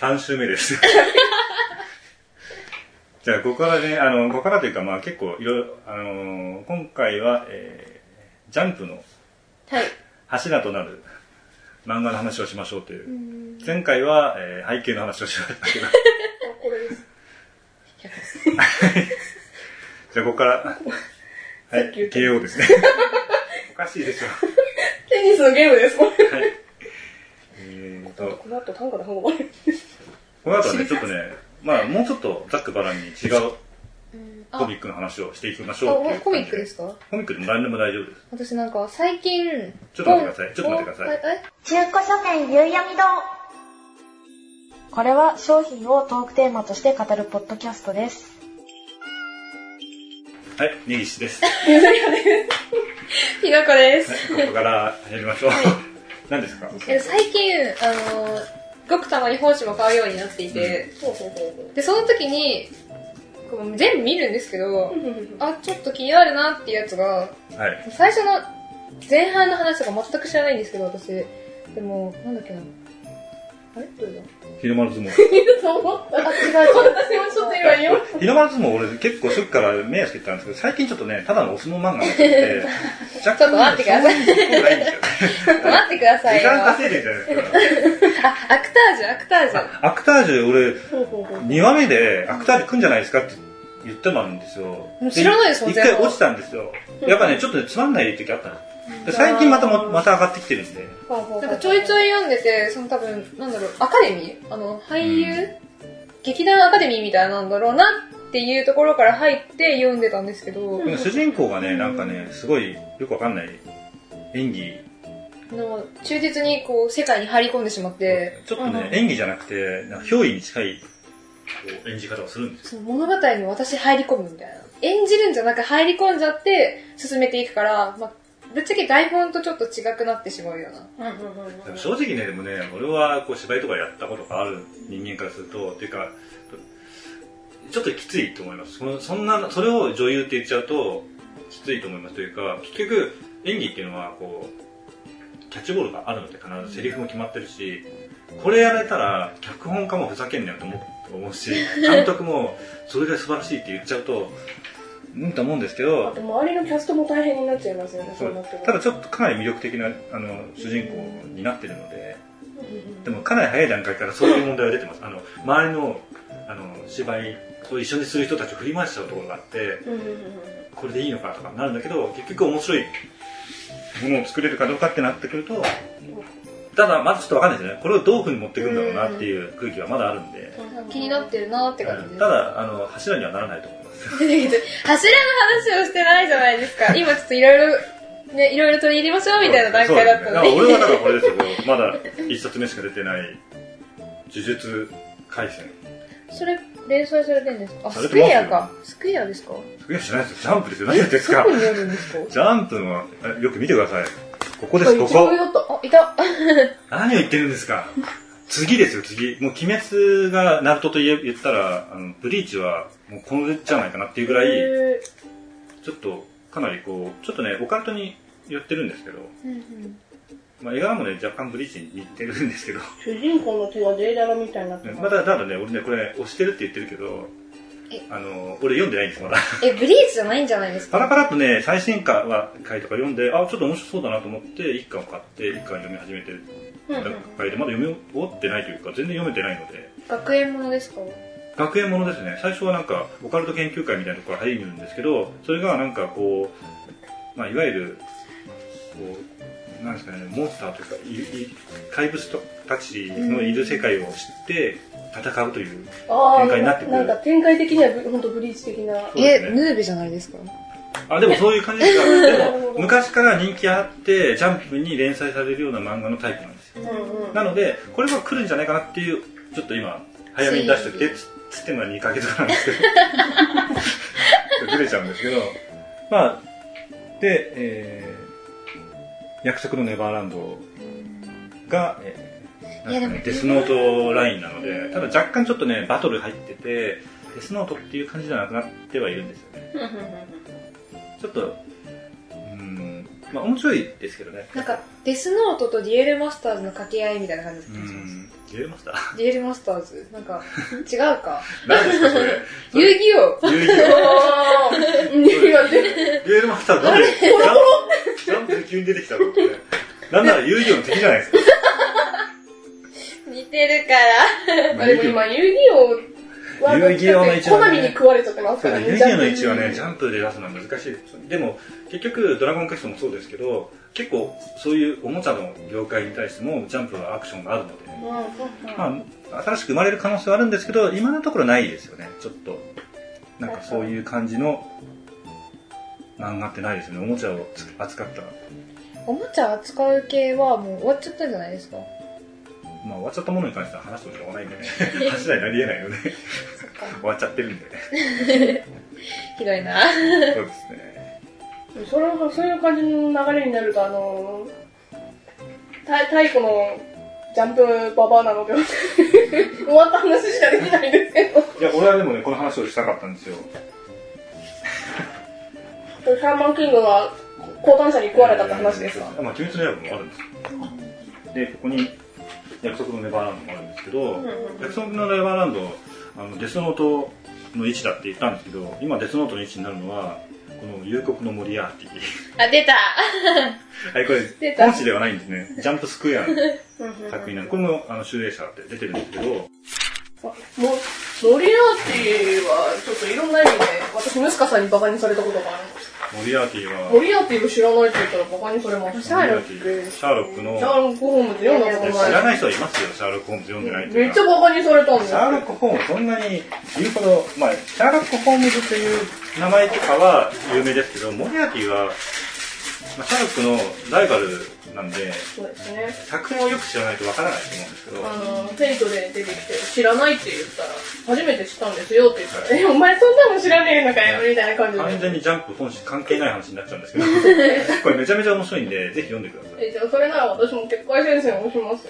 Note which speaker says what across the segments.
Speaker 1: 3週目です。 じゃあ、ここからね、あの、ここからというか、まあ結構いろいろ、あのー今回は、えージャンプの
Speaker 2: はい。
Speaker 1: 柱となる漫画の話をしましょうという
Speaker 2: う。ん。
Speaker 1: 前回は、えー背景の話をしましたけ ど、
Speaker 2: あ、これです。
Speaker 1: じゃあ、ここから、は
Speaker 2: さっ
Speaker 1: い
Speaker 2: き言、った
Speaker 1: KO ですね。 おかしいでしょ。
Speaker 2: テニスのゲームです、これ。
Speaker 1: はい。えーと、
Speaker 2: この後、単語で運ばれる。
Speaker 1: この後はね、ちょっとね、まあもうちょっとざっくばらんに違う
Speaker 2: あ、
Speaker 1: コミックの話をしていきまし
Speaker 2: あ
Speaker 1: ょうっていう感じ
Speaker 2: コミックですか
Speaker 1: コミックでも何でも大丈夫です。
Speaker 2: 私なんか、最近、
Speaker 1: ちょっと待ってくださいちょっと待ってください
Speaker 2: さい。
Speaker 3: 中古書店夕闇堂これは商品をトークテーマとして語るポッドキャストです
Speaker 1: はい、根岸です。は
Speaker 2: えひなこです。
Speaker 1: い、ここからやりましょう。何ですか
Speaker 2: え最近、あの、ごくたまに本誌も買うようになっていて、で、その時に、こう全部見るんですけど、あ、ちょっと気になるなっていうやつが、
Speaker 1: はい。
Speaker 2: 最初の前半の話とか全く知らないんですけど、私。でも、なんだっけな。あれどれだ
Speaker 1: 昼間の相撲。
Speaker 2: そう思った。あ、違う違う。私もちょっと今よ。
Speaker 1: 昼間の相撲俺結構初期から目安けてたんですけど、最近ちょっとね、ただのお相撲漫画になっちゃ って、
Speaker 2: ちょっと待ってください
Speaker 1: い。そういうことないんですよね
Speaker 2: 待ってください
Speaker 1: 時
Speaker 2: よ。
Speaker 1: 間
Speaker 2: あ、
Speaker 1: 稼いでんじゃないです
Speaker 2: アクタージュ、アクタージュ。
Speaker 1: か。アクタージュ、俺、
Speaker 2: ほうほうほう。
Speaker 1: 2話目でアクタージュ来んじゃないですかって言ってたんですよ。
Speaker 2: 知らないですもん
Speaker 1: 一回
Speaker 2: 全部
Speaker 1: 落ちたんですよ。やっぱね、ちょっとねつまんない時あったの。で最近またも、また上がってきてるんで。
Speaker 2: なんかちょいちょい読んでて、その多分、なんだろう、アカデミーあの、俳優、
Speaker 1: う
Speaker 2: 劇団アカデミーみたいなんだろうなっていうところから入って読んでたんですけ
Speaker 1: で
Speaker 2: ど、
Speaker 1: も主人公がね、なんかね、すごいよくわかんない演技、
Speaker 2: の忠実にこう、世界に入り込んでしまって、
Speaker 1: ちょっとね、
Speaker 2: うん
Speaker 1: 演技じゃなくて、なんか憑依に近いこう演じ方をするんですよ。
Speaker 2: その物語に私入り込むみたいな。演じるんじゃなく入り込んじゃって進めていくから、まあ、ぶっちゃけ台本とちょっと違くなってしまうような。
Speaker 1: でも正直ね、でもね、俺はこう芝居とかやったことがある人間からすると、っていうか、ちょっときついと思います。そのそんな、それを女優って言っちゃうと、きついと思いますというか、結局、演技っていうのは、こう、キャッチボールがあるので必ずセリフも決まってるし、これやられたら、脚本家もふざけんなよと思う思うし、監督も、それが素晴らしいって言っちゃうと、うんと思うんですけど、
Speaker 4: あと周りのキャストも大変になっちゃいますよね、
Speaker 1: そ
Speaker 4: そう
Speaker 1: う
Speaker 4: なってくる
Speaker 1: た
Speaker 4: と
Speaker 1: だちょっとかなり魅力的なあの主人公になってるので、でもかなり早い段階からそういう問題が出てます。あの周りのあの芝居を一緒にする人たちを振り回しちゃうところがあって、
Speaker 4: うんうんうん
Speaker 1: これでいいのかとかなるんだけど、結局面白いものを作れるかどうかってなってくると、ただまずちょっとわかんないですよね。これをどういうふうに持っていくんだろうなっていう空気はまだあるんで、
Speaker 2: 気になってるなって感じで。
Speaker 1: ただあの柱にはならないと思います。
Speaker 2: 出てきて柱の話をしてないじゃないですか。今ちょっといろいろ、ね、いろいろ取り入れましょうみたいな段階だった
Speaker 1: そう
Speaker 2: の
Speaker 1: ですね
Speaker 2: で。
Speaker 1: 俺はだからこれですよ、まだ一冊目しか出てない、呪術回戦。
Speaker 2: それ、連載されてるんですかあ、
Speaker 1: され
Speaker 2: ス
Speaker 1: て
Speaker 2: ク
Speaker 1: ますよ
Speaker 2: エアか。スクエアですか
Speaker 1: いや、知らないですよ。ジャンプですよ。何言ってんですか
Speaker 2: どこにあるんですか
Speaker 1: ジャンプの、えよく見てください。ここです、ここ。
Speaker 2: あ、いた。
Speaker 1: 何を言ってるんですか。次ですよ、次。もう鬼滅がナルトと言え言ったら、あの、ブリーチは、もうこのじゃないかなっていうぐらい、
Speaker 4: へ
Speaker 1: ちょっと、かなりこう、ちょっとね、オカルトに寄ってるんですけど、まあ、絵柄もね、若干ブリーチに似てるんですけど、
Speaker 4: ー主人公の手がデイダラみたいになって
Speaker 1: うん
Speaker 4: ます。
Speaker 1: まだ、ただね、俺ね、これ、押してるって言ってるけど
Speaker 2: え、
Speaker 1: あの、俺読んでないんです、まだ。
Speaker 2: え、ブリーチじゃないんじゃないです
Speaker 1: パラ
Speaker 2: か
Speaker 1: パラっとね、最新刊は回とか読んで、あ、ちょっと面白そうだなと思って、一巻を買って、一巻読み始めてる回で、まだ読み終わってないというか、全然読めてないので、
Speaker 2: 学園ものですか
Speaker 1: 学園ものですね。最初はなんか、オカルト研究会みたいなところから入るんですけど、それがなんかこう、まあ、いわゆる、こう、なんですかね、モンスターというか、いい怪物たちのいる世界を知って、戦うという、
Speaker 4: あ
Speaker 1: 展開になって
Speaker 4: ー
Speaker 1: くる
Speaker 4: なんか展開的には本当ブリーチ的な。
Speaker 1: そうですね
Speaker 2: ヌーベじゃないですか
Speaker 1: あ、でもそういう感じですか。でも、昔から人気あって、ジャンプに連載されるような漫画のタイプなんですよ。
Speaker 4: うんうん。
Speaker 1: なので、これは来るんじゃないかなっていう、ちょっと今、早めに出しといて、つつってまあ2ヶ月後なんですけど。ずれちゃうんですけど、まあ、で、えー、約束のネバーランドが、えーなんかねデスノートラインなので、ただ若干ちょっとね、バトル入ってて、デスノートっていう感じじゃなくなってはいるんですよね。ちょっと、うーん、まあ面白いですけどね。
Speaker 2: なんか、デスノートとデュエルマスターズの掛け合いみたいな感じ
Speaker 1: う
Speaker 2: だった気がします。
Speaker 1: ん、デュエルマスター
Speaker 2: デュエルマスターズ。なん か、違うか。
Speaker 1: 何ですかそれそ
Speaker 2: 遊
Speaker 1: れ
Speaker 2: 戯王
Speaker 1: 遊戯王
Speaker 4: 今ね、
Speaker 1: デュエルマスターなんでなんで急に出てきたのってなんなら遊戯王の敵じゃないですか
Speaker 2: 似てるから。
Speaker 4: あれも今、遊戯王 は、
Speaker 1: 遊戯王の一
Speaker 4: コ
Speaker 1: 番ね
Speaker 4: ナミに食われちゃってます
Speaker 1: た
Speaker 4: か
Speaker 1: だ
Speaker 4: ら
Speaker 1: 遊
Speaker 4: ね。
Speaker 1: 戯王の位置は
Speaker 4: ジャン
Speaker 1: ね、
Speaker 4: プ
Speaker 1: ジャンプで出すのは難しいです。でも、結局、ドラゴンクエストもそうですけど、結構、そういうおもちゃの業界に対しても、ジャンプはアクションがあるので、
Speaker 4: うんうん
Speaker 1: まあ、新しく生まれる可能性はあるんですけど、今のところないですよね、ちょっと。なんかそういう感じの漫画ってないですよね、おもちゃをつ扱った。
Speaker 2: おもちゃ扱う系はもう終わっちゃったんじゃないですか。
Speaker 1: まあ、終わっちゃったものに関しては話してもしょうがないんでね、柱になり得ないよね。
Speaker 2: そっか。
Speaker 1: 終わっちゃってるんでね。
Speaker 2: ひどいな。
Speaker 1: そうですね。
Speaker 4: それはそういう感じの流れになると、あの太太古のジャンプババアなので、終わった話しかできないですけど、
Speaker 1: いや、俺はでもね、この話をしたかったんですよ。
Speaker 4: シャーマンキングは高段者に食われたって話ですか。
Speaker 1: あまあ、鬼滅の刃もあるんですよで、ここに、約束のネバーランドもあるんですけど、
Speaker 4: うんうん
Speaker 1: 約束のネバーランド、あの、デスノートの位置だって言ったんですけど、今デスノートの位置になるのは、この幽谷のモリアー ティ。
Speaker 2: あ、出た
Speaker 1: はい、こ
Speaker 2: 出
Speaker 1: れ、
Speaker 2: た
Speaker 1: 本誌ではないんですね。ジャンプスクエアの作品なんで、これも、あの、集英社って出てるんですけど、
Speaker 4: もモリアーティはちょっといろんな意味で私ムスカさんにバカにされたことがあるんです
Speaker 1: モリアーティは、
Speaker 4: モリアーティを知らないって言ったらバカにされまし
Speaker 2: シ
Speaker 4: た
Speaker 2: ャ
Speaker 1: モリア
Speaker 2: ーロ
Speaker 1: ーテ
Speaker 2: ッ
Speaker 1: ィ
Speaker 2: ク。
Speaker 1: シャーロックの、
Speaker 4: シャーロック・ホームズ読んだこ
Speaker 1: い
Speaker 4: と
Speaker 1: や知ら
Speaker 4: ない
Speaker 1: ない人はいますよ、シャーロック・ホームズ読んでないってい
Speaker 4: め
Speaker 1: う
Speaker 4: っ
Speaker 1: か
Speaker 4: ちゃバカにされたんで
Speaker 1: シ
Speaker 4: す
Speaker 1: ャーロック・ホームズそんなに言うほど、まあ、シャーロック・ホームズという名前とかは有名ですけど、モリアーティは、まあ、シャーロックのライバルなんで、
Speaker 4: そうですね
Speaker 1: 作品をよく知らないとわからないと思うんですけど、
Speaker 4: あの、テントで出てきて、知らないって言ったら、初めて知ったんですよって言ったら、え、お前そんなの知らねえのかよ、みたいな感じ
Speaker 1: 完
Speaker 4: で。
Speaker 1: 全にジャンプ本誌関係ない話になっちゃうんですけど、これめちゃめちゃ面白いんで、ぜひ読んでください。
Speaker 4: え、じゃあそれなら私も結界戦線をします。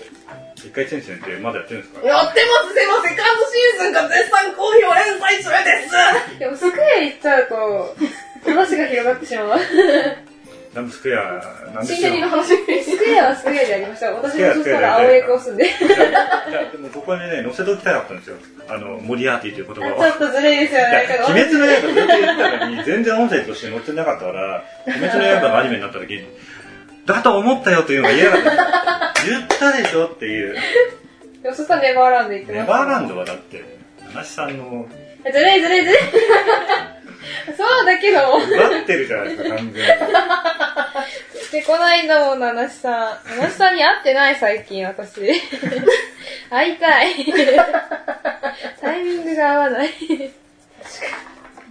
Speaker 1: 一回先生ってまだやってるんですか
Speaker 4: やってます、セカンドシーズンが絶賛好評連載中です
Speaker 2: でも、スクエア行っちゃうと、 話が広がってしまう。
Speaker 1: ランブスクエアなんです
Speaker 4: シンデ
Speaker 1: よ。
Speaker 4: レ
Speaker 1: いや
Speaker 4: ラの話
Speaker 2: スクエアはスクエアでやりました。私もそしたら青
Speaker 1: スクエアスクエアでやりました
Speaker 2: 江をすん で。
Speaker 1: でもここにね、載せときたかったんですよ。あの、モリアーティという言葉を。
Speaker 2: ちょっとずるいですよ
Speaker 1: いや
Speaker 2: ね。
Speaker 1: 鬼滅の刃ずっと言ってたのに、全然音声として載ってなかったから、鬼滅の刃がアニメになった時に、だと思ったよというのが言えなかった。言ったでしょっていう。
Speaker 2: でもそしたらネバーランド行ってま
Speaker 1: ネ
Speaker 2: す。
Speaker 1: バーランドはだって、話さんの、
Speaker 2: ずるいずるいずるい。そうだけど、
Speaker 1: 奪ってるじゃないですか、完全に。
Speaker 2: してこないんだもんな、なしさん。なしさんに会ってない、最近、私。会いたい。タイミングが合わない。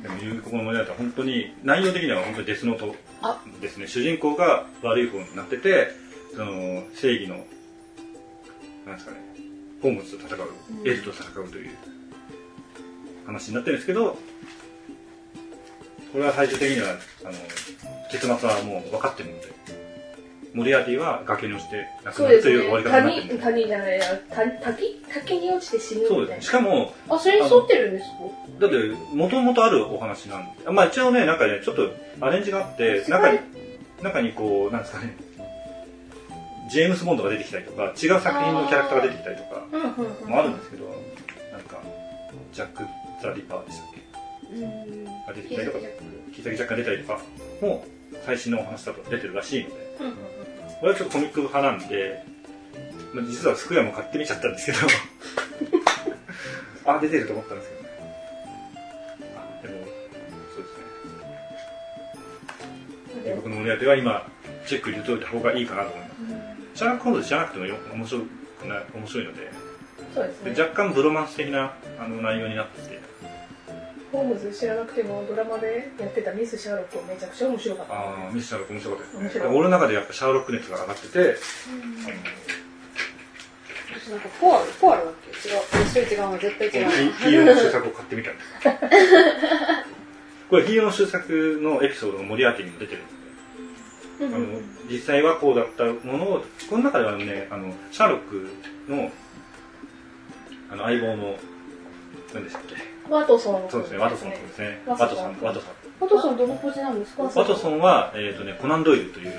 Speaker 1: でも、いうこの物語は本当に、内容的には本当にデスノート
Speaker 2: あ
Speaker 1: ですね。主人公が悪い方になってて、その、正義の、なんですかね、ホームズと戦う、エルと戦うという話になってるんですけど、これは最終的には、あの、結末はもう分かってるので、モリアーティは崖に落ちて亡く
Speaker 4: そう
Speaker 1: なる
Speaker 4: です
Speaker 1: という終わり
Speaker 4: ね。
Speaker 1: 方になってる
Speaker 4: 谷、谷じゃないな、た滝滝に落ちて死ぬみ
Speaker 1: そう
Speaker 4: たい
Speaker 1: で
Speaker 4: な
Speaker 1: す。し。かも、
Speaker 4: あ、それに沿ってるんですか
Speaker 1: だって、もともとあるお話なんで、まあ一応ね、なんかね、ちょっとアレンジがあって、中に、中にこう、なんですかね、ジェームス・ボンドが出てきたりとか、違う作品のキャラクターが出てきたりとか、
Speaker 4: うんうん
Speaker 1: もあるんですけど、なんか、ジャック・ザ・リッパーでしたっ
Speaker 2: うん。
Speaker 1: けが出てきたりとか、キザキジャックが出たりとか、もう最新のお話だと出てるらしいので、
Speaker 4: うんうん
Speaker 1: 俺はちょっとコミック派なんで、まあ、実はスクエアも買ってみちゃったんですけど、あ、出てると思ったんですけどね。あ、でも、そうですね。僕の胸当ては今、チェック入れといた方がいいかなと思います。シャーロック・ホームズ知らなくてもよ面白くな面白いので
Speaker 4: そうですね
Speaker 1: で。若干ブロマンス的なあの内容になってて、
Speaker 4: ホームズ知らなくてもドラマでやってたミス・シャーロックめちゃくちゃ面白かった。
Speaker 1: ああ、ミス・シャーロック面白かったで
Speaker 4: 面
Speaker 1: すね。
Speaker 4: 白い
Speaker 1: 俺の中でやっぱシャーロック熱が上がってて、
Speaker 2: なんかポアル、ポアルだっけ違う。一緒違うわ、絶対
Speaker 1: ヒ
Speaker 2: 違うわ。
Speaker 1: ーローの終作を買ってみたんです。これヒーローの終作のエピソードがモリアーティにも出てるんですね
Speaker 4: うん
Speaker 1: あ
Speaker 4: うん
Speaker 1: の実際はこうだったものをこの中ではねあのシャーロックのあの相棒の何でしたっけ
Speaker 4: ワトソン。
Speaker 1: そうですねワトソン君ですねワ
Speaker 4: ワ
Speaker 1: ト
Speaker 4: ト
Speaker 1: ソ
Speaker 4: ソ
Speaker 1: ン
Speaker 4: ン
Speaker 1: ワトソ
Speaker 2: ワトソンどのポジなんですか
Speaker 1: ンワトソンは、えーとね、コナンドイルという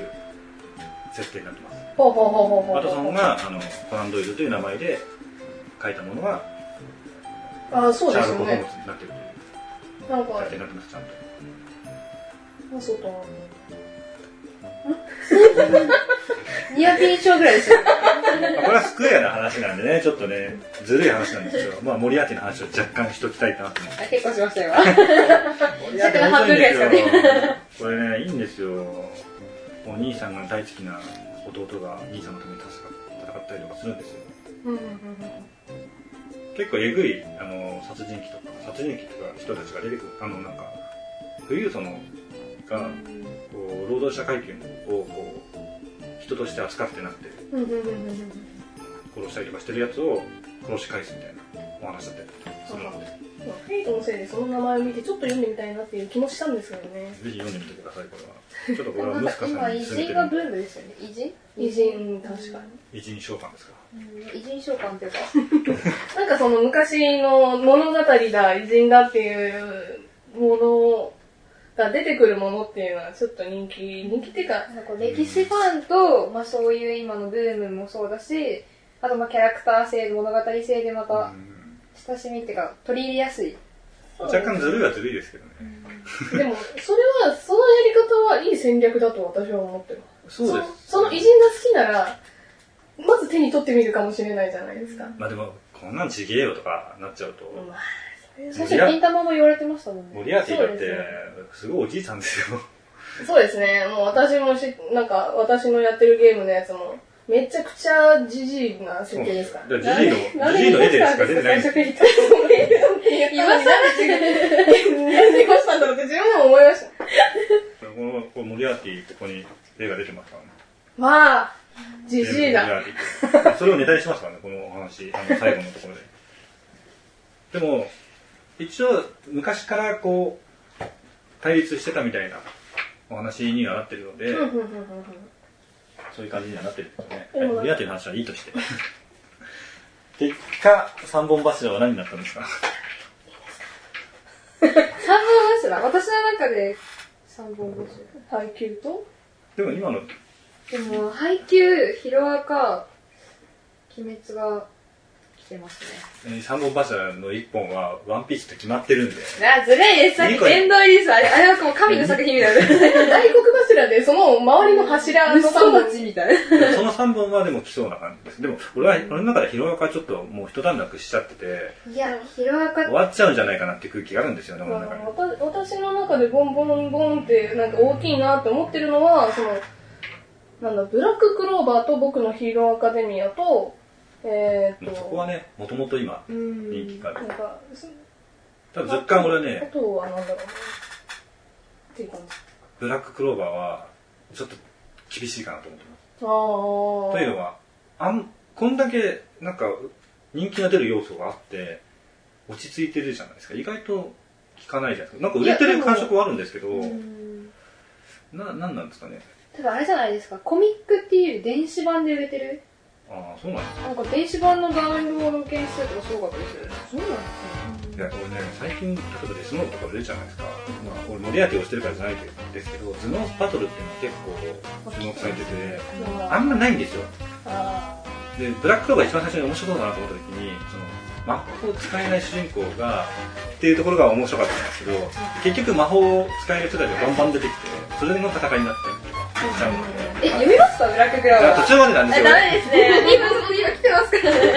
Speaker 1: 設定になってます
Speaker 4: ほうほうほうほうほう。
Speaker 1: ワトソンがあのコナンドイルという名前で書いたものが、
Speaker 4: ああ、
Speaker 1: シャ
Speaker 4: そう
Speaker 1: ーロック・ホー
Speaker 4: ですよ
Speaker 1: ム
Speaker 4: ね。
Speaker 1: ズになってるという
Speaker 4: なんか
Speaker 1: 体、験になってます、ちゃんと。
Speaker 4: あ、そうか。ニアピン賞ぐらいですよ。
Speaker 1: まあこれはスクエアな話なんでね、ちょっとね、ずるい話なんですけど、まあ、モリアーティの話を若干しときたいなと思って。
Speaker 2: あ結構しましたよ。
Speaker 1: や
Speaker 2: だから半分ぐらいですかね
Speaker 1: これね、いいんですよ。お兄さんが大好きな弟が兄さんのために戦ったりとかするんですよ。
Speaker 4: うん
Speaker 1: 結構えぐいあの殺人鬼とか殺人鬼とか人たちが出てくるあのなんか富裕層のがこう労働者階級をこう人として扱ってなくて
Speaker 4: うんうんうんうんうんうん
Speaker 1: 殺したりとかしてるやつを殺し返すみたいなお話だったりするので、
Speaker 4: まあフェイトのせいでその名前を見てちょっと読んでみたいなっていう気もしたんですけどね。
Speaker 1: ぜひ読んでみてくださいこ れはちょっとこれは
Speaker 2: なん
Speaker 1: ム
Speaker 2: か
Speaker 1: スカさ
Speaker 2: 今、
Speaker 1: ん
Speaker 2: 偉
Speaker 1: に勧め
Speaker 2: 人
Speaker 1: て
Speaker 2: が
Speaker 1: る
Speaker 2: ブームですよね。偉人
Speaker 4: 偉人、確かに。
Speaker 1: 偉人召喚ですか
Speaker 2: 偉人召喚っていうか。
Speaker 4: なんかその昔の物語だ、偉人だっていうものが出てくるものっていうのはちょっと人気、人気っていうか、
Speaker 2: なんか歴史ファンと、まあそういう今のブームもそうだし、あとまあキャラクター性、物語性でま
Speaker 1: ら
Speaker 2: た親しみっていうか、取り入れやすい。
Speaker 1: 若干ずるいはずるいですけどね
Speaker 4: でもそれは、そのやり方はいい戦略だと私は思ってます。
Speaker 1: そうです
Speaker 4: その偉人が好きなら、まず手に取ってみるかもしれないじゃないですか。
Speaker 1: まあでもこんなんちげえよとかなっちゃうと、
Speaker 4: まあ
Speaker 2: 最初、金玉も言われてましたもん
Speaker 1: モ
Speaker 2: ね。
Speaker 1: リアーティだっ
Speaker 4: そう
Speaker 1: て
Speaker 4: です
Speaker 1: すごいおじいさんですよ
Speaker 4: そうですね、もう私もし、なんか私のやってるゲームのやつも、めちゃくちゃジジイな設定ですから。
Speaker 1: そうだからジジイのジジイの絵でしか出てないんですよ
Speaker 4: 最初に言ったのに今更何でこうしたんだろうって自分でも思いました。
Speaker 1: このこのモリアーティここに絵が出てますからね
Speaker 4: まあ、ジジイ
Speaker 1: モリ
Speaker 4: だ。
Speaker 1: アーティそれをネタにしますからねこのお話あの最後のところででも一応昔からこう対立してたみたいなお話にはなってるので、
Speaker 4: うんうんうんうんうん
Speaker 1: そういう感じにはなってるんですよね、
Speaker 4: うん
Speaker 1: はい、モリアーティの話はいいとして 結果三本柱は何になったんですか
Speaker 2: 三本柱私の中で三本柱。
Speaker 4: 配給と
Speaker 1: でも今の
Speaker 2: でも、配給、ヒロアか、鬼滅が来てますね。
Speaker 1: えー三本柱の一本はワンピースって決まってるんで
Speaker 2: あ、ずるいです。さっ
Speaker 1: いい
Speaker 2: き
Speaker 1: 声
Speaker 2: 殿堂入りです。あれ、あれはもう神の作品みたいな。
Speaker 4: 大黒柱で、その周りの柱の
Speaker 2: 息
Speaker 4: 三
Speaker 2: 子
Speaker 4: 本
Speaker 2: たちみたいな。
Speaker 1: でもその3本はでも来そうな感じです。でも、俺は、俺の中でヒロアカちょっともう一段落しちゃってて、
Speaker 2: いや、ヒロアカ
Speaker 1: 終わっちゃうんじゃないかなって空気があるんですよね、俺の中で。
Speaker 4: わた私の中でボンボンボンってなんか大きいなって思ってるのはそのなんだブラッククローバーと僕のヒーローアカデミアとえー、
Speaker 1: も
Speaker 4: っ
Speaker 1: う
Speaker 4: と
Speaker 1: そこはね、もともと今、
Speaker 2: うん
Speaker 1: 人気がある。
Speaker 4: なんかす
Speaker 1: 多分若干俺は
Speaker 4: あ
Speaker 1: ね、
Speaker 4: とはなんだろうなっていう感じ
Speaker 1: ブラッククローバーは、ちょっと厳しいかなと思ってま
Speaker 4: ああ
Speaker 1: す。というのは、あん、こんだけ、なんか、人気が出る要素があって、落ち着いてるじゃないですか。意外と効かないじゃないですか。なんか売れてる感触はあるんですけど、
Speaker 2: うん
Speaker 1: な、なんなんですかね。
Speaker 2: 多分あれじゃないですか。コミックっていうより電子版で売れてる。
Speaker 1: ああ、そうなんです
Speaker 2: なんか電子版のダウンロード件数とかすごかったですよね。
Speaker 4: そうなんです
Speaker 1: いや、これね、最近、例えばデスノートとか出るじゃないですか。まあ、俺、モリアーティをしてるからじゃないですけど、頭脳バトルっていうのは結構、注目されてて、
Speaker 4: ね
Speaker 1: あんまないんですよ。
Speaker 4: あ
Speaker 1: で、ブラックローが一番最初に面白そうだなと思った時に、その、魔法を使えない主人公が、っていうところが面白かったんですけど、結局魔法を使える人たちがバンバン出てきて、それの戦いになったりとかしちゃうの
Speaker 2: え、
Speaker 1: で。
Speaker 2: 読みましたブラッククラ
Speaker 1: い
Speaker 2: ウ
Speaker 1: や
Speaker 2: は
Speaker 1: 途。中までなんです
Speaker 2: え、
Speaker 1: よ。
Speaker 2: ダメですね。今、今来てますからね。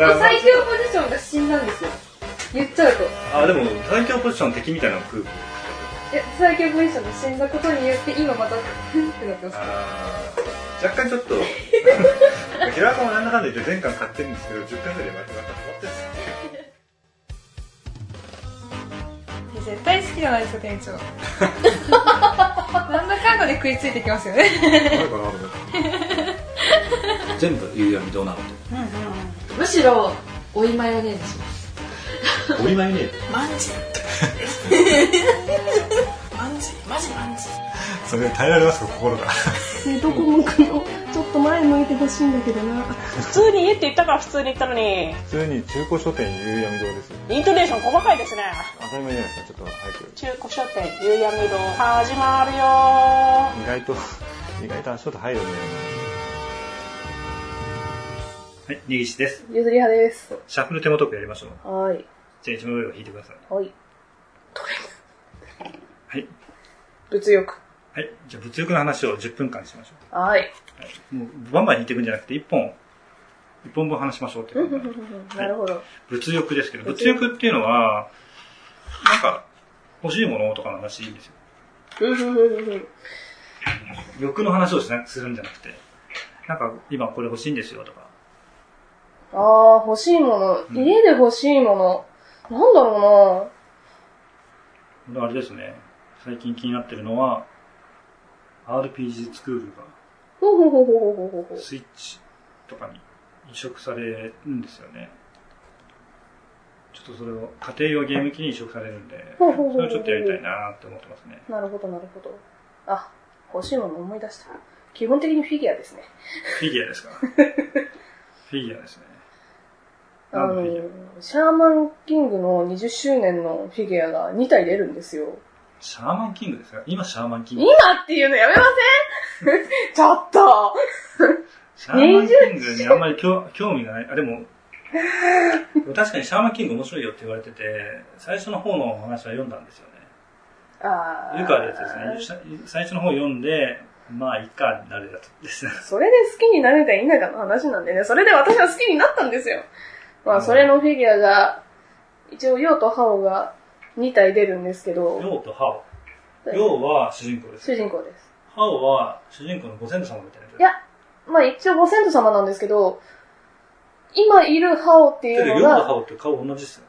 Speaker 1: だからまあ
Speaker 2: 最強ポジションが死んだんですよ。言っちゃうと。
Speaker 1: あ、でも、最強ポジション敵みたいな空気。
Speaker 2: え、最強ポジションが死んだことによって、今また、ふんってなってます。
Speaker 1: あー若干ちょっと 平岡もなんだかんだ言って全巻買ってるんですけど10巻ぐらいまでまた終わってるんですよ
Speaker 2: 絶対好きじゃないですか、店長。なんだかんだで食いついてきますよね。
Speaker 1: 全部言う闇どうなの
Speaker 2: むしろ、おいマヨネーズします。
Speaker 1: とおりまいね
Speaker 5: マ ジマジマジマジ
Speaker 1: それ耐えられますか心が
Speaker 4: あどこ向くのちょっと前向いてほしいんだけどな
Speaker 5: 普通に家って言ったから普通に言ったのに
Speaker 1: 普通に中古書店言う闇堂です
Speaker 5: イントネーション細かいですね
Speaker 1: 当たり前じゃないですかちょっと早く
Speaker 5: 中古書店夕闇堂始まるよ
Speaker 1: 意外と意外と足音入るねはい、根岸です。
Speaker 4: ゆずり派です。
Speaker 1: シャッフル手元くやりましょう。
Speaker 4: はい。
Speaker 1: じゃあ一番上を引いてください。
Speaker 4: はい。
Speaker 1: はい。
Speaker 4: 物欲。
Speaker 1: はい。じゃあ物欲の話を10分間しましょ
Speaker 4: はい。
Speaker 1: う。はい、もうバンバン引いていくんじゃなくて、1本、一本分話しましょうっていう。
Speaker 4: なるほど。
Speaker 1: 物欲ですけど、物欲っていうのは、なんか、欲しいものとかの話いいんですよ。欲の話をしなするんじゃなくて、なんか今これ欲しいんですよとか。
Speaker 4: ああ、欲しいもの。
Speaker 1: うん
Speaker 4: 家で欲しいもの。なんだろ
Speaker 1: あれですね、最近気になってるのは、RPG スクールが
Speaker 4: うなほうほうほうほうほうほうほう。
Speaker 1: スイッチとかに移植されるんですよね。ちょっとそれを家庭用ゲーム機に移植されるんで、
Speaker 4: ほうほうほうほう
Speaker 1: それをちょっとやりたいなって思ってますね。
Speaker 4: なるほど、なるほど。あ、欲しいもの思い出した。基本的にフィギュアですね。
Speaker 1: フィギュアです かフィギュアですね。
Speaker 4: あ
Speaker 1: 何の
Speaker 4: の
Speaker 1: フィギュア、
Speaker 4: シャーマンキングの20周年のフィギュアが2体出るんですよ。
Speaker 1: シャーマンキングですか今シャーマンキング
Speaker 4: 今。っていうのやめません ちょっと
Speaker 1: シャーマンキングにあんまり興興味がない。あ、でも、でも確かにシャーマンキング面白いよって言われてて、最初の方のお話は読んだんですよね。
Speaker 4: あー
Speaker 1: 湯川のやつですね。最初の方読んで、まあ、いいかになるやつですね。
Speaker 4: それで好きになるか否かの話なんでね、それで私は好きになったんですよ。ま
Speaker 1: うん
Speaker 4: あ、それのフィギュアが、一応、ヨウとハオが2体出るんですけど、
Speaker 1: ヨウとハオ。ヨウは主人公です。
Speaker 4: 主人公です。
Speaker 1: ハオは主人公のご先祖様みたいなやつ。
Speaker 4: いやまあ、一応、ご先祖様なんですけど、今いるハオって
Speaker 1: け
Speaker 4: い
Speaker 1: ど、ヨ
Speaker 4: う
Speaker 1: ウ
Speaker 4: の
Speaker 1: と
Speaker 4: が、
Speaker 1: ハオって顔同じですよね。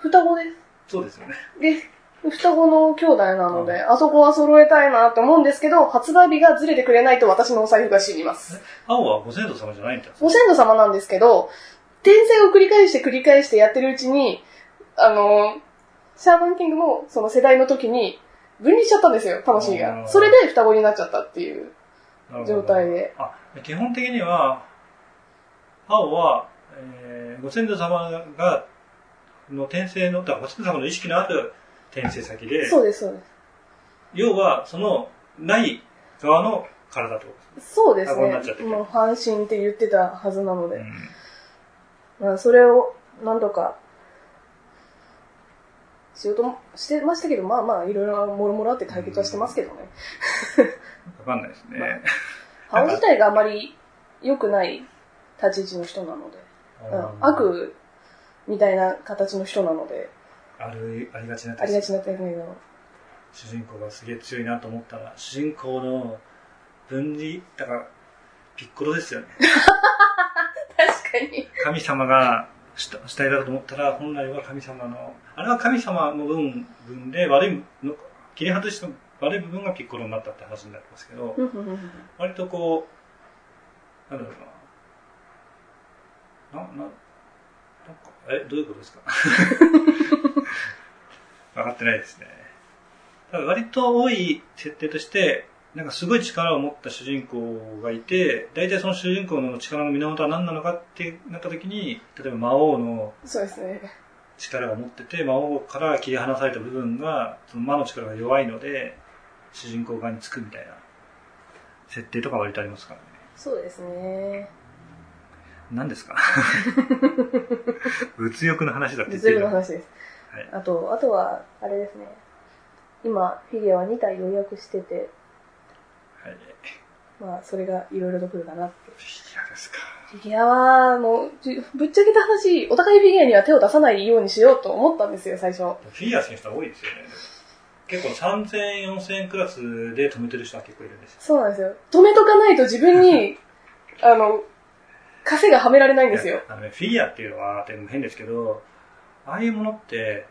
Speaker 4: 双子です。
Speaker 1: そうですよね。
Speaker 4: で、双子の兄弟なので、あそこは揃えたいなって思うんですけど、発売日がずれてくれないと私のお財布が死にます。
Speaker 1: ハオはご先祖様じゃないんだよ。
Speaker 4: ご先祖様なんですけど、転生を繰り返して繰り返してやってるうちに、あの、シャーマンキングもその世代の時に分離しちゃったんですよ、魂
Speaker 1: あー
Speaker 4: が。それで双子になっちゃったっていう
Speaker 1: なるほど
Speaker 4: 状態で。
Speaker 1: あ、基本的には、青は、えーご先祖様が、の転生の、だからご先祖様の意識のある転生先で、
Speaker 4: そうです、そうで
Speaker 1: 要は、その、ない側の体ってことです
Speaker 4: す。そうです
Speaker 1: 双子になっちゃって
Speaker 4: ね。
Speaker 1: る
Speaker 4: もう半身って言ってたはずなので。
Speaker 1: ね。
Speaker 4: まあ、それを何度かしようともしてましたけど、まあまあ、いろいろもろもろあって解決はしてますけどね。
Speaker 1: わかんないですね。
Speaker 4: ハオ自体があまり良くない立ち位置の人なので、うん
Speaker 1: あの。
Speaker 4: 悪みたいな形の人なので、
Speaker 1: ある、ありがちな
Speaker 4: ありがち
Speaker 1: な。
Speaker 4: な点の。
Speaker 1: 主人公がすげえ強いなと思ったら、主人公の分離、だから、ピッコロですよね。
Speaker 4: 確かに。
Speaker 1: 神様が主主体だと思ったら、本来は神様の、あれは神様の分分で悪いの、切り外した悪い部分がピッコロになったって話になってますけど、割とこう、なんだろうな、な、な、なんか、え、どういうことですか 分かってないですね。ただ割と多い設定として、なんかすごい力を持った主人公がいて、大体その主人公の力の源は何なのかってなった時に、例えば魔王の
Speaker 4: そうですね。
Speaker 1: 力を持ってて、魔王から切り離された部分が、その魔の力が弱いので、主人公側につくみたいな設定とか割とありますからね。
Speaker 4: そうですね。
Speaker 1: 何です か物欲の話だって言って
Speaker 4: 物
Speaker 1: る
Speaker 4: 理の話です。
Speaker 1: はい
Speaker 4: あと、あとは、あれですね。今、フィギュアは2体予約してて、
Speaker 1: はい。
Speaker 4: まあ、それがいろいろと来るかなって。
Speaker 1: フィギュアですか。
Speaker 4: フィギュアは、もう、じぶっちゃけた話、お互いフィギュアには手を出さないようにしようと思ったんですよ、最初。
Speaker 1: フィギュア好きな人は多いですよね。結構3000円、4000円クラスで止めてる人は結構いるんですよ。
Speaker 4: そうなんですよ。止めとかないと自分に、あの、枷がはめられないんですよ。
Speaker 1: あのね、フィギュアっていうのは、でも変ですけど、ああいうものって、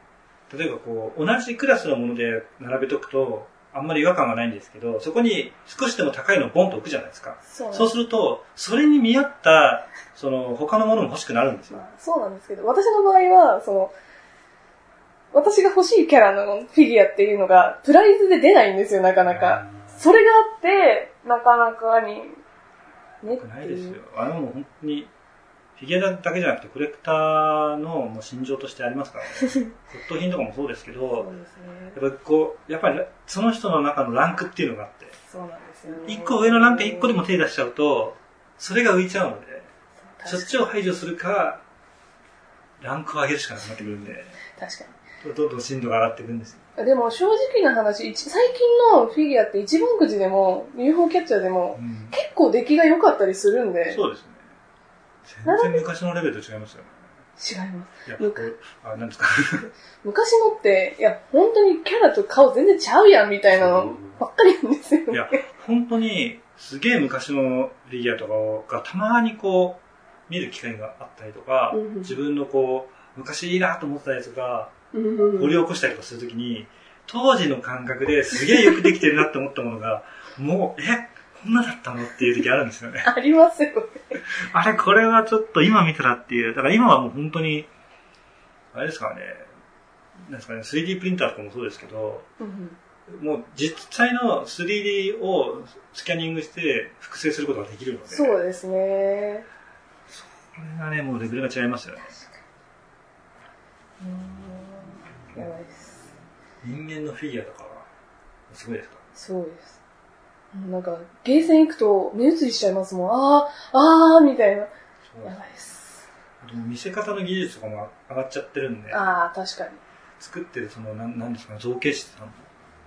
Speaker 1: 例えばこう、同じクラスのもので並べとくと、あんまり違和感がないんですけど、そこに少しでも高いのをボンと置くじゃないですか。
Speaker 4: そうなん
Speaker 1: そう
Speaker 4: です
Speaker 1: ると、それに見合った、その、他のものも欲しくなるんです
Speaker 4: す。
Speaker 1: よ。
Speaker 4: まあそうなんですけど、私の場合は、その、私が欲しいキャラのフィギュアっていうのが、プライズで出ないんですよ、なかなか。それがあって、なかなかに、ね
Speaker 1: 良く
Speaker 4: っ
Speaker 1: な
Speaker 4: て
Speaker 1: いです
Speaker 4: い
Speaker 1: よ
Speaker 4: う。。
Speaker 1: あれはもう本当に、フィギュアだけじゃなくて、コレクターのもう心情としてありますから ね。骨董品とかもそうですけ
Speaker 4: そう
Speaker 1: ど、
Speaker 4: ですね。
Speaker 1: やっぱりこう、やっぱりその人の中のランクっていうのがあって、
Speaker 4: そうなんですよね。
Speaker 1: 一個上のランク一個でも手出しちゃうと、それが浮いちゃうので、そっちを排除するか、ランクを上げるしかなくなってくるんで、
Speaker 4: 確か
Speaker 1: どんどん深度が上がっていくんですよ。
Speaker 4: に。でも正直な話、一最近のフィギュアって一番くじでも、UFO キャッチャーでも、
Speaker 1: うん
Speaker 4: 結構出来が良かったりするんで、
Speaker 1: そうですね。全然昔のレベルと違いますよ。
Speaker 4: 違います。
Speaker 1: いや、こ
Speaker 4: むか
Speaker 1: う、あ、なんですか。
Speaker 4: 昔のって、いや、本当にキャラと顔全然ちゃうやんみたいなのばっかりなんですよ
Speaker 1: い
Speaker 4: ね。
Speaker 1: や、本当に、すげえ昔のフィギュアとかをがたまにこう、見る機会があったりとか、
Speaker 4: うんうん
Speaker 1: 自分のこう、昔いいなと思ってたやつが、
Speaker 4: うんうん
Speaker 1: 掘り起こしたりとかするときに、当時の感覚ですげえよくできてるなって思ったものが、もう、えこんなだったのっていう時あるんですよね。
Speaker 4: ありますよね。
Speaker 1: あれ、これはちょっと今見たらっていう、だから今はもう本当に、あれですからね、なんですかね、3D プリンターとかもそうですけど、もう実際の 3D をスキャニングして複製することができるので、
Speaker 4: そうですね。
Speaker 1: これがね、もうレベルが違いますよね。
Speaker 4: うんやばいです。
Speaker 1: 人間のフィギュアとかは、すごいですか
Speaker 4: そうです。なんか、ゲーセン行くと目移りしちゃいますもん。ああ、ああ、みたいな。や
Speaker 1: そう
Speaker 4: ばい
Speaker 1: あ
Speaker 4: です。
Speaker 1: と見せ方の技術とかも上がっちゃってるんで、
Speaker 4: ああ、確かに。
Speaker 1: 作ってるその、なんなんですかね、造形師さんの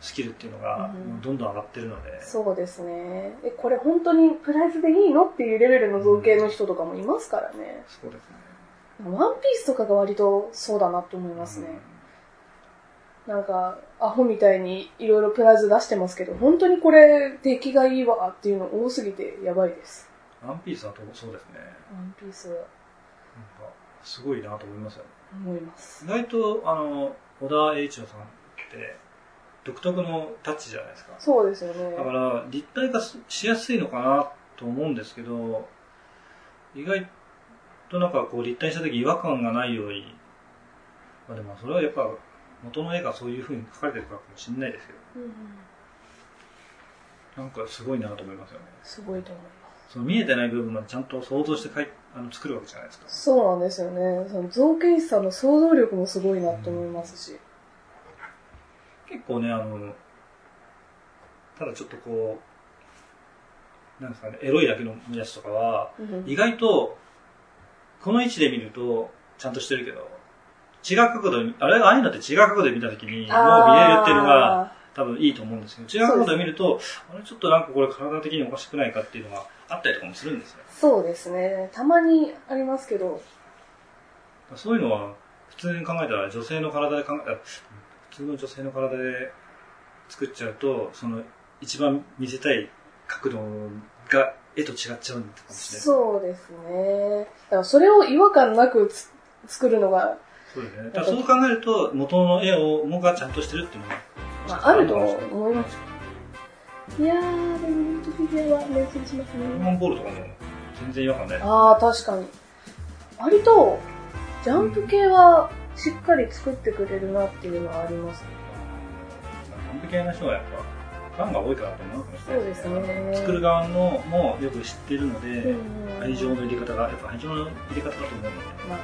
Speaker 1: スキルっていうのが、
Speaker 4: うん
Speaker 1: もうどんどん上がってるので、
Speaker 4: そうですね。え、これ本当にプライズでいいのっていうレベルの造形の人とかもいますからね。
Speaker 1: そうですね。
Speaker 4: ワンピースとかが割とそうだなと思いますね。なんか、アホみたいにいろいろプライズ出してますけど、本当にこれ出来がいいわっていうの多すぎてやばいです。
Speaker 1: ワンピースだとそうですね。
Speaker 4: ワンピースは
Speaker 1: なんか、すごいなと思いますよね。
Speaker 4: 思います
Speaker 1: 意。外と、あの、小田栄一郎さんって、独特のタッチじゃないですか。
Speaker 4: そうですよね。
Speaker 1: だから、立体化しやすいのかなと思うんですけど、意外となんかこう、立体した時違和感がないように、まあでもそれはやっぱ、元の絵がそういう風に描かれてるからかもしれないですけ
Speaker 4: うんうん、
Speaker 1: ど、なんかすごいなと思いますよね。
Speaker 4: すごいと思います。
Speaker 1: その見えてない部分までちゃんと想像して描いあの作るわけじゃないですか。
Speaker 4: そうなんですよね。その造形師さんの想像力もすごいなと思いますし。
Speaker 1: 結構ね、あの、ただちょっとこう、なんですかね、エロいだけのやつとかは、意外と、この位置で見ると、ちゃんとしてるけど、違う角度で、あれ、ああいうのって違う角度で見たときに、もう見えるっていうのが、
Speaker 4: あ
Speaker 1: 多分いいと思うんですけど、違う角度で見ると、あれ、ちょっとなんかこれ体的におかしくないかっていうのがあったりとかもするんですよ
Speaker 4: ー。そうですね。たまにありますけど、
Speaker 1: そういうのは、普通に考えたら、女性の体で考えたら、普通の女性の体で作っちゃうと、その、一番見せたい角度が、絵と違っちゃうのかもしれない。う。
Speaker 4: そうですね。だからそれを違和感なくつ作るのが、
Speaker 1: そうですね。だからそう考えると、元の絵を、もがちゃんとしてるっていうのが、
Speaker 4: まあ、あると思います。いやー、でも本当フィギュアは連想します
Speaker 1: ドラ
Speaker 4: ね。
Speaker 1: ゴンボールとかも、全然違和感ない。
Speaker 4: あー、確かに。割と、ジャンプ系はしっかり作ってくれるなっていうのはあります。
Speaker 1: 完璧な人はやっぱ、ファンが多いからと思うかもしれ
Speaker 4: そ
Speaker 1: な
Speaker 4: う
Speaker 1: い
Speaker 4: ですね。
Speaker 1: 作る側のもよく知ってるの
Speaker 4: う
Speaker 1: で、
Speaker 4: ん
Speaker 1: 愛情の入れ方が、やっぱ愛情の入れ方だと思うので、
Speaker 4: まあ、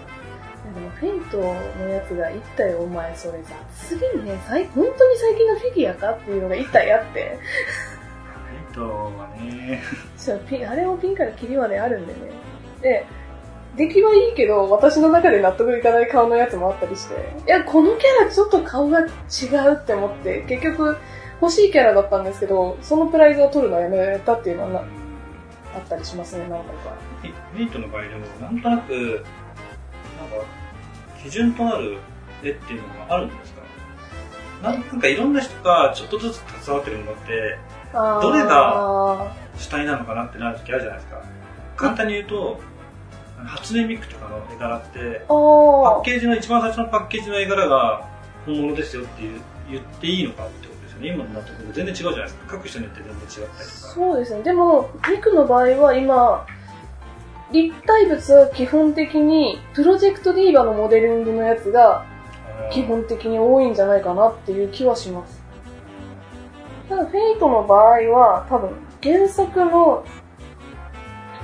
Speaker 4: でもフェイトのやつが一体お前それ雑すぎんね最本当に最近のフィギュアかっていうのが一体あって
Speaker 1: えっとはね、
Speaker 4: そうピンあれもピンからキリまであるんでねで出来はいいけど私の中で納得いかない顔のやつもあったりしていやこのキャラちょっと顔が違うって思って結局欲しいキャラだったんですけどそのプライズを取るのはやめたっていうのはなあったりしますね何回か
Speaker 1: フェイトの場合でも、なんとなく、なんか、基準となる絵っていうのがあるんですかなんなんかいろんな人がちょっとずつ携わってるのって、
Speaker 4: あー
Speaker 1: どれが主体なのかなってなる時あるじゃないですか。簡単に言うと、あの初音ミクとかの絵柄って、
Speaker 4: あ
Speaker 1: パッ
Speaker 4: ー
Speaker 1: ケージの、一番最初のパッケージの絵柄が本物ですよっていう言っていいのかってことですよね。今の納得全然違うじゃないですか。各人によって全然違ったりとか。
Speaker 4: そうですね。でも、ミクの場合は今、立体物は基本的に、プロジェクトディーバのモデリングのやつが
Speaker 1: あー
Speaker 4: 基本的に多いんじゃないかなっていう気はします。ただ、フェイトの場合は、多分、原作の、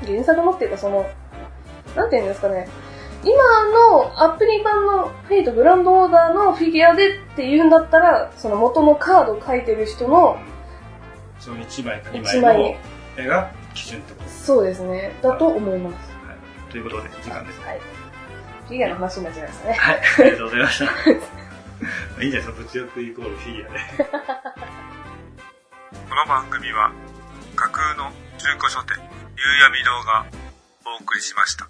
Speaker 4: 原作のっていうかその、なんていうんですかね、今のアプリ版のフェイトグランドオーダーのフィギュアでっていうんだったら、その元のカード書いてる人の
Speaker 1: その1枚か2枚
Speaker 4: 1枚に
Speaker 1: の絵が基準ってことです。
Speaker 4: そうですね。だと思います。
Speaker 1: はいということで、時間です。
Speaker 4: はい。フィギュアの話になっちゃいましたね。
Speaker 1: はい、ありがとうございました。 いいんじゃないですか、物欲イコールフィギュアで。
Speaker 6: この番組は架空の中古書店夕闇堂がお送りしました。